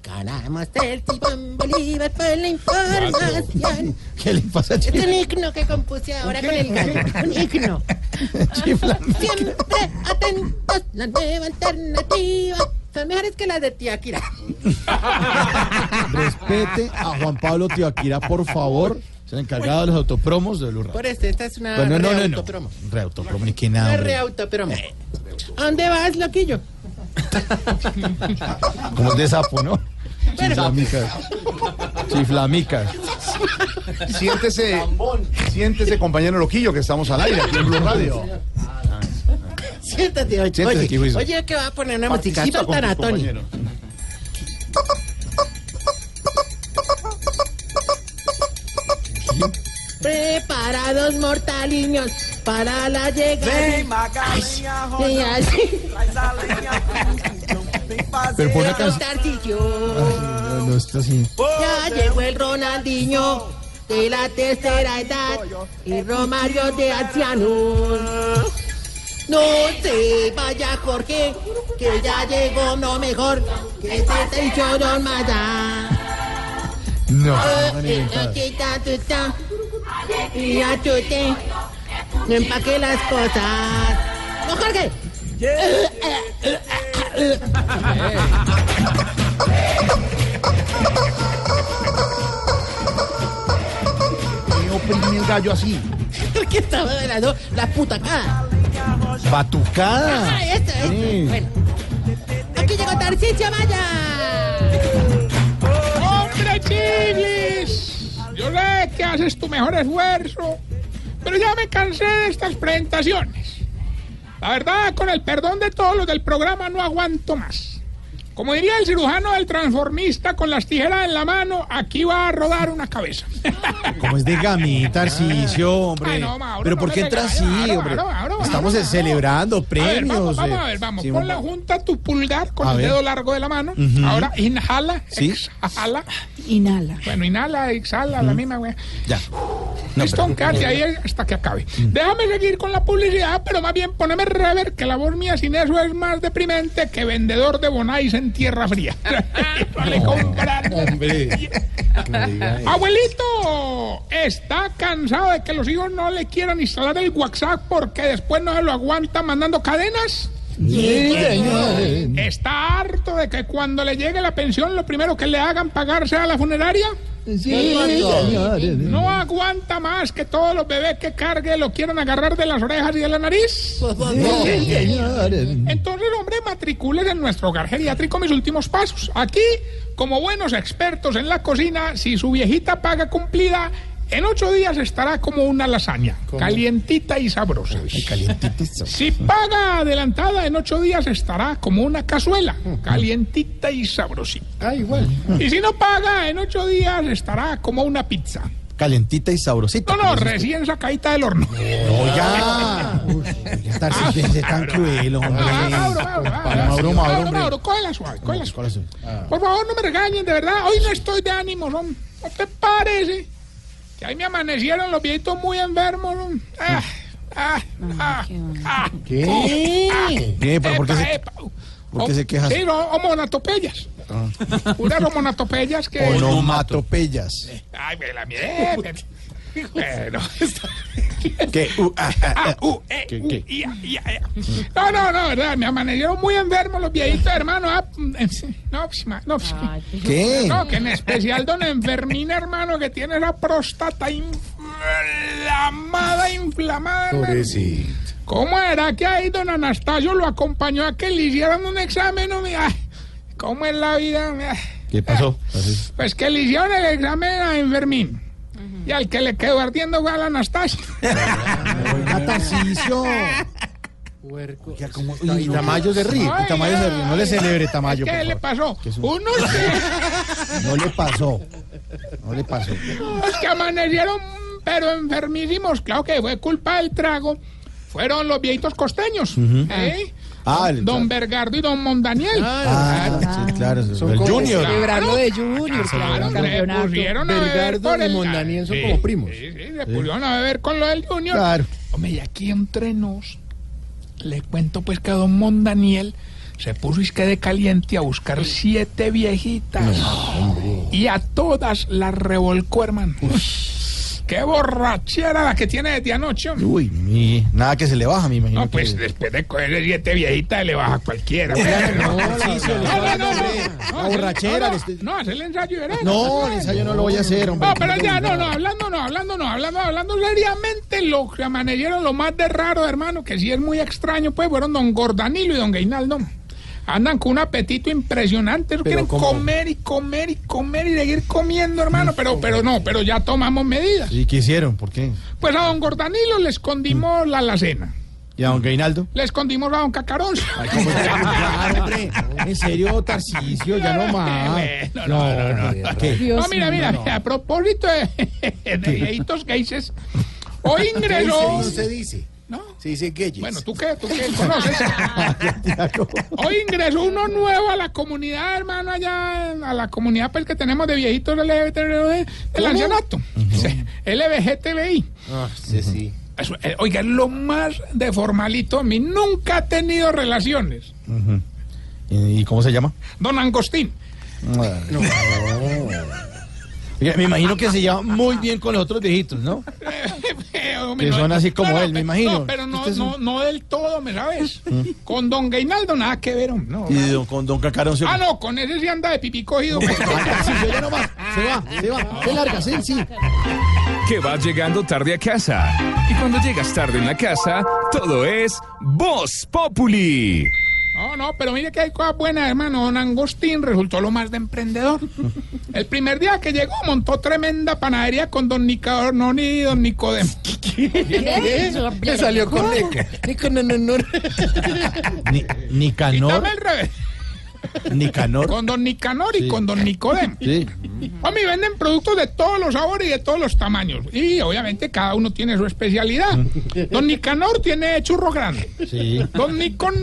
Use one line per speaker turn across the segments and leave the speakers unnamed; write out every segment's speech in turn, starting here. Caramba, el Simón Bolívar fue la información.
¿Qué le pasa,
Es
chifla?
un himno que compuse ahora con el gallo. Un himno.
Chifla.
Siempre atentos. La nueva alternativa son mejores que las de Tiaquira.
Respete a Juan Pablo Tibaquirá, por favor. Es el encargado de los autopromos de Blue Radio.
Por eso, esta es una
Bueno, no, no, no.
reautopromo.
Reautopromo, ni que nada.
Una
hombre.
reautopromo. ¿A dónde vas, loquillo?
Como es de sapo, ¿no? Chiflamicas. Chiflamicas.
Siéntese, siéntese, compañero Loquillo, que estamos al aire aquí en Blue Radio.
Siéntate, oye.
Siéntate aquí,
Oye,
Wilson.
oye, que va a poner una música.
Participa con
Suéltala,
tus
Tony.
compañeros.
Preparados mortaliños para la llegada. Y así.
Pero pone
Don
canción.
Tarcillo.
No, no, esto sí.
Ya llegó el Ronaldinho de la tercera edad y Romario de ancianos. No se vaya Jorge, que ya llegó lo mejor, que este se te hizo don Maya.
No.
Oh,
Ah,
no, ni
eh,
inventada.
aquí está, tú está. Y ya tú te empaque las cosas. ¡No, Jorge!
¿Qué oprime el gallo así?
Porque estaba bailando la puta cara.
Batucada.
Ah, esto, esto.
Sí.
Bueno. Aquí llegó Tarcicio Maya.
¡Hombre, Chilis! Yo sé que haces tu mejor esfuerzo, pero ya me cansé de estas presentaciones. La verdad, con el perdón de todos los del programa, no aguanto más. Como diría el cirujano del transformista con las tijeras en la mano, aquí va a rodar una cabeza.
Como es de gamita, Tarcicio, hombre.
Ay, Ah, no, Mauro,
Pero
no
¿por
me
qué entra
regañe,
así,
Mauro,
hombre?
Mauro, Mauro,
Estamos
Mauro.
celebrando
A ver,
premios.
vamos, vamos
eh.
a ver, vamos.
Sí,
Ponla
vamos.
junta tu pulgar con
A
el
ver.
dedo largo de la mano. Ahora inhala,
Sí.
exhala. Inhala. Bueno, inhala, exhala, la misma wea.
Ya. No,
Listo,
pero-
quédate ahí hasta que acabe. Déjame seguir con la publicidad, pero más bien poneme rever que la voz mía sin eso es más deprimente que vendedor de bonais en tierra fría. Vale, comprar.
Hombre. No diga eso.
Abuelito, está cansado de que los hijos no le quieran instalar el WhatsApp porque después no se lo aguanta mandando cadenas.
Sí, señor.
Está harto de que cuando le llegue la pensión lo primero que le hagan pagar sea la funeraria.
Sí, señores.
No aguanta más que todos los bebés que cargue lo quieran agarrar de las orejas y de la nariz.
Sí, señores.
Entonces, hombre, matricules en nuestro hogar geriátrico mis últimos pasos. Aquí, como buenos expertos en la cocina, si su viejita paga cumplida, en ocho días estará como una lasaña, calientita y sabrosa. Si paga adelantada, en ocho días estará como una cazuela, calientita y sabrosita.
Ah, igual.
Y si no paga, en ocho días estará como una pizza.
Calentita y sabrosita. pues.
No, no, recién sacadita del horno.
Oiga. Oiga, Tarcicio, es tan cruel, hombre.
Ah, Mauro,
Para
Mauro, Mauro,
Mauro, Mauro,
Mauro,
hombre.
Mauro, cógela suave, cógela
¿Cuál
suave.
es?
Por favor, no me regañen, de verdad. Hoy no estoy de ánimo, son. ¿No te parece? Que ahí me amanecieron los viejitos muy enfermos. son. Ah, ah, ah, ah.
¿Qué? ¿Pero por qué
Epa,
se-
epa.
por qué
O-
se quejas?
Sí, no, homonatopeyas.
Ah.
Unas homonatopeyas que...
Onomatopeyas.
Ay, me la mierda. Bueno,
Que, uh, ah, ah,
Ah,
ah,
uh, eh,
¿Qué,
uh,
qué?
ia, ia, ia. No, no, no, verdad, me amanecieron muy enfermos los viejitos, hermano. ah, mm, eh, sí, no, pues, ma- no, pues,
¿Qué?
no, que en especial don Enfermín, hermano, que tiene la próstata inflamada, inflamada. hermano. ¿Cómo era que ahí don Anastasio lo acompañó a que le hicieran un examen? no, mi- ay, ¿Cómo es la vida? mi- ay?
¿Qué pasó?
Pues que le hicieron el examen a Enfermín. Y al que le quedó ardiendo fue al Anastasio.
Oiga, Tarcicio.
Puerco.
Ya como- Uy, Tamayo se ríe.
Ay,
Tamayo se ríe. No le
ay.
celebre, Tamayo.
¿Qué
por
le
favor.
pasó?
Que es un-
Unos
No le pasó. No le pasó.
Los que amanecieron, pero enfermísimos, claro que fue culpa del trago, fueron los viejitos costeños. ¿eh?
Ah, el-
Don Bergardo y Don Mondaniel.
Ah, sí, claro.
Son
el
como
Junior.
Celebrarlo de Junior.
Claro,
claro,
se
campeonato.
pusieron a beber
Bergardo
por
y
el-
Mondaniel son
Sí,
como primos.
Sí, sí, se pusieron a beber con lo del Junior.
Claro.
Hombre, y aquí entre nos, le cuento pues que a Don Mondaniel se puso isque de caliente a buscar siete viejitas. y a todas las revolcó, hermano. Qué borrachera la que tiene desde anoche, hombre.
Uy, mi- nada que se le baja, me imagino.
No, pues
que-
después de coger siete viejitas le baja a cualquiera.
no,
No,
la-
no, no, no.
La
No,
borrachera.
no,
les-
No, hacer el ensayo y verás.
No, el ensayo no lo voy a hacer, hombre.
No, pero ya, no, no, hablando, no, hablando, no, hablando, hablando seriamente, lo que amanecieron lo más de raro, hermano, que sí es muy extraño, pues fueron don Gordanilo y don Gainaldo. Andan con un apetito impresionante, no quieren comer y comer y comer y seguir comiendo, hermano, pero, pero no, pero ya tomamos medidas.
¿Y qué hicieron? ¿Por qué?
Pues a don Gordanilo le escondimos la alacena,
¿Y a don Gainaldo?
le escondimos a don Cacarón.
¿En serio, Tarcicio? Ya no más.
Bueno, no, no, no.
¿Qué?
No, mira, mira, a propósito de, de viejitos gayses, hoy ingresó...
dice.
¿no?
Se dice Gayes.
Bueno, ¿tú qué? ¿Tú qué conoces? Hoy ingresó uno nuevo a la comunidad, hermano, allá, a la comunidad pues, que tenemos de viejitos LGBT del ancianato. Sí, LGBTBI.
Ah, sí, sí.
Eso, eh, Oiga, es lo más de formalito a mí. Nunca ha tenido relaciones.
¿Y cómo se llama?
Don Angostín.
Oiga, Me imagino que se lleva muy bien con los otros viejitos, ¿no?
que
son así como él, me imagino.
pues, No, pero no,
Este es Mm.
no, no del todo, ¿me sabes? Con Don Gainaldo nada que ver. hombre, No.
Y don- con don Cacarón se
Ah, no, con ese sí anda de pipí cogido. pues.
Tarcicio, ya no más. Se va, se va. Se larga, sí, sí.
que vas llegando tarde a casa. Y cuando llegas tarde en la casa, todo es Voz Populi.
No, no, pero mire que hay cosas buenas, hermano. Don Angostín resultó lo más de emprendedor. El primer día que llegó montó tremenda panadería con don Nicanor y don Nicodemo.
Le salió con Neca. Neca, no, no, no.
Ni- Nicanor.
Dame el revés.
Nicanor.
Con don Nicanor y con don Nicodemo.
Sí.
Hombre, y venden productos de todos los sabores y de todos los tamaños. Y obviamente cada uno tiene su especialidad. Don Nicanor tiene churro grande.
Sí.
Don Nicon.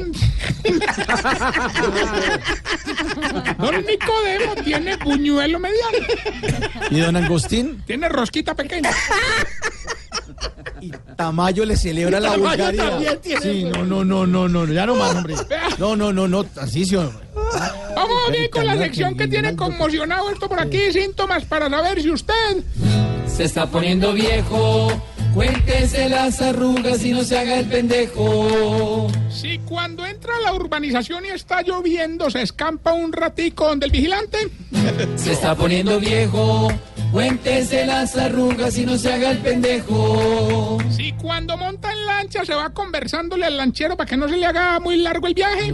Don Nicodemo tiene puñuelo mediano.
Y don Angostín,
Tiene rosquita pequeña.
Tamayo le celebra la vulgaridad. Sí, no, no, no, no, no, ya no más, hombre. No, no, no, no, Tarcicio.
Vamos bien con la
Caraca,
sección que tiene
Reinaldo.
conmocionado esto por aquí, síntomas para saber si usted.
Se está poniendo viejo, cuéntese las arrugas y no se haga el pendejo.
Si cuando entra a la urbanización y está lloviendo, se escampa un ratico donde el vigilante.
Se está poniendo viejo, cuéntese las arrugas y no se haga el pendejo.
Si cuando monta en lancha, se va conversándole al lanchero para que no se le haga muy largo el viaje.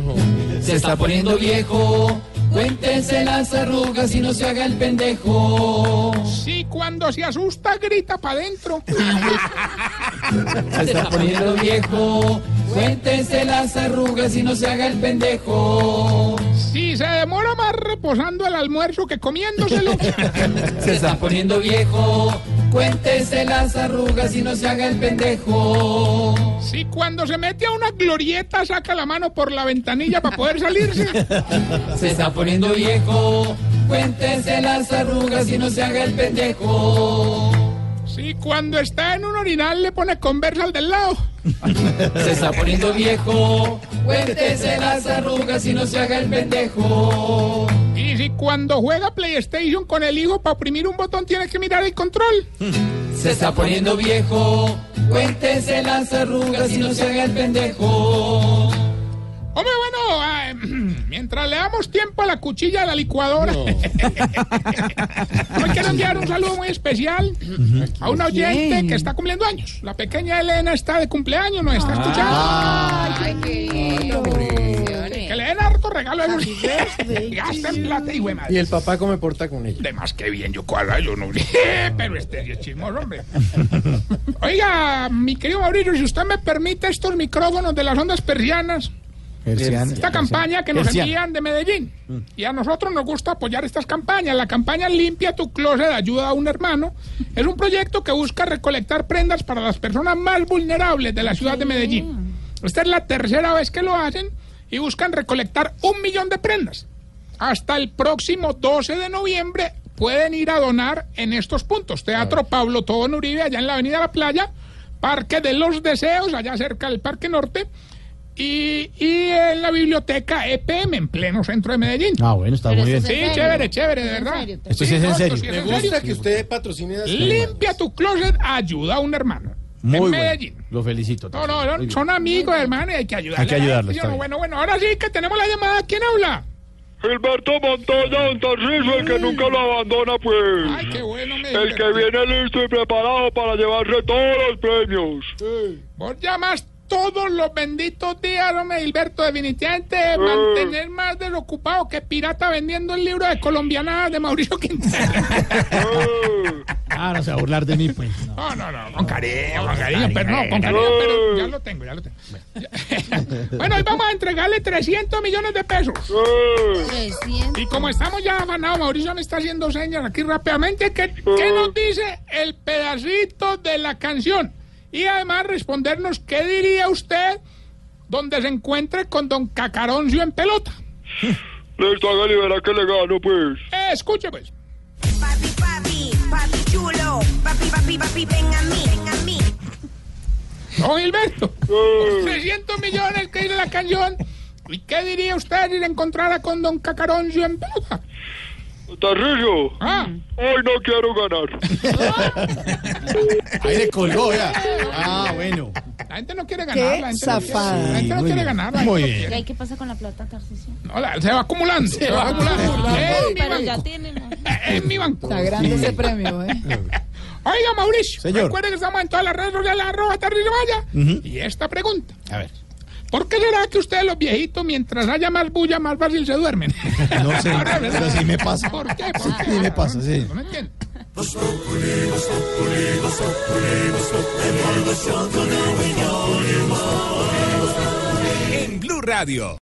Se está poniendo viejo, cuéntese las arrugas y no se haga el pendejo.
Si cuando se asusta, grita para adentro.
Se está poniendo viejo, cuéntese las arrugas y no se haga el pendejo.
Si se demora más reposando el almuerzo que comiéndoselo.
Se está poniendo viejo, cuéntese las arrugas y no se haga el pendejo.
Si cuando se mete a una glorieta, saca la mano por la ventanilla para poder salirse.
Se está poniendo viejo, cuéntese las arrugas y no se haga el pendejo.
Si cuando está en un orinal, le pone conversa al del lado.
Se está poniendo viejo, cuéntese las arrugas y no se haga el pendejo.
Y si cuando juega PlayStation con el hijo para oprimir un botón tiene que mirar el control.
Se está poniendo viejo, cuéntese las arrugas y no se haga el pendejo.
Hombre, bueno, ah, mientras le damos tiempo a la cuchilla de la licuadora. Hoy quiero enviar un saludo muy especial a una oyente que está cumpliendo años. La pequeña Elena está de cumpleaños, nos está escuchando.
Ay, qué lindo.
Que le den harto regalo a esos Gasten plata y güey, madre.
Y el papá come porta con ella.
De más que bien, yo cuadra, yo no. Pero este sí es chismoso, hombre. Oiga, mi querido Mauricio, si usted me permite estos micrófonos de las ondas persianas. Esta campaña que nos envían de Medellín. Y a nosotros nos gusta apoyar estas campañas. La campaña Limpia tu Closet Ayuda a un Hermano es un proyecto que busca recolectar prendas para las personas más vulnerables de la ciudad de Medellín. Esta es la tercera vez que lo hacen y buscan recolectar un millón de prendas. Hasta el próximo 12 de noviembre pueden ir a donar en estos puntos. Teatro Pablo Tobón Uribe, allá en la Avenida La Playa, Parque de los Deseos, allá cerca del Parque Norte. Y, y en la biblioteca EPM, en pleno centro de Medellín.
Ah, bueno, está muy bien.
Sí, chévere, chévere, de verdad.
Esto sí es en
no,
serio.
esto sí es
Me
en
gusta
serio.
que usted patrocine las
Limpia tu closet, ayuda a un hermano.
Muy
en
bueno.
Medellín.
Lo felicito.
No,
también.
no,
Muy
no,
bien.
son amigos, hermano, y hay que ayudarlos.
Hay que ayudarlos, está bien.
Bueno, bueno, ahora sí que tenemos la llamada. ¿Quién habla?
Gilberto Montoya, un taxista, el que nunca lo abandona,
Ay,
pues.
qué bueno, me
El que
divertí.
viene listo y preparado para llevarse todos los premios.
Vos llamas todos los benditos días, hombre, Gilberto, definitivamente mantener más desocupado que pirata vendiendo el libro de colombianadas de Mauricio Quintana.
Ah, no se va a burlar de mí, pues. No.
No, no, no, con cariño, con cariño, pero no, con cariño, pero ya lo tengo, ya lo tengo. Bueno, hoy vamos a entregarle 300 millones de pesos. Y como estamos ya afanados, Mauricio me está haciendo señas aquí rápidamente. ¿Qué, qué nos dice el pedacito de la canción? Y además respondernos, ¿qué diría usted donde se encuentre con don Cacaroncio en pelota?
Listo, hágale, verá que le gano, pues.
Eh, escuche, pues.
Papi, papi, papi chulo. Papi, papi, papi, ven a mí, ven a mí.
Don Gilberto,
Eh.
300 millones que dice la canción. ¿Y qué diría usted si se encontrara con don Cacaroncio en pelota?
Tarrillo,
Ah,
hoy no quiero ganar.
Ahí le colgó, ya.
Ah, bueno.
la gente no quiere ganar. La gente no quiere,
zafada.
la gente no
Muy
quiere
bien.
ganar. la gente
Muy
no
bien.
quiere.
¿Y qué pasa con la plata, Tarcisio?
No, la- se va acumulando. Se, va acumulando. Eh, mi
Pero ya
banco.
tienen. ¿no?
Es mi banco.
Está grande ese premio, ¿eh?
Oiga, Mauricio,
Señor.
recuerde que estamos en todas las redes sociales, arroba Tarcisio Maya. Y esta pregunta.
A ver.
¿Por qué será que ustedes los viejitos, mientras haya más bulla, más fácil se duermen?
No sé,
Ahora, ¿verdad?
pero sí me pasa.
¿Por qué?
Sí,
¿Por qué?
sí me pasa, sí.
No me entiendo.
En Blue Radio.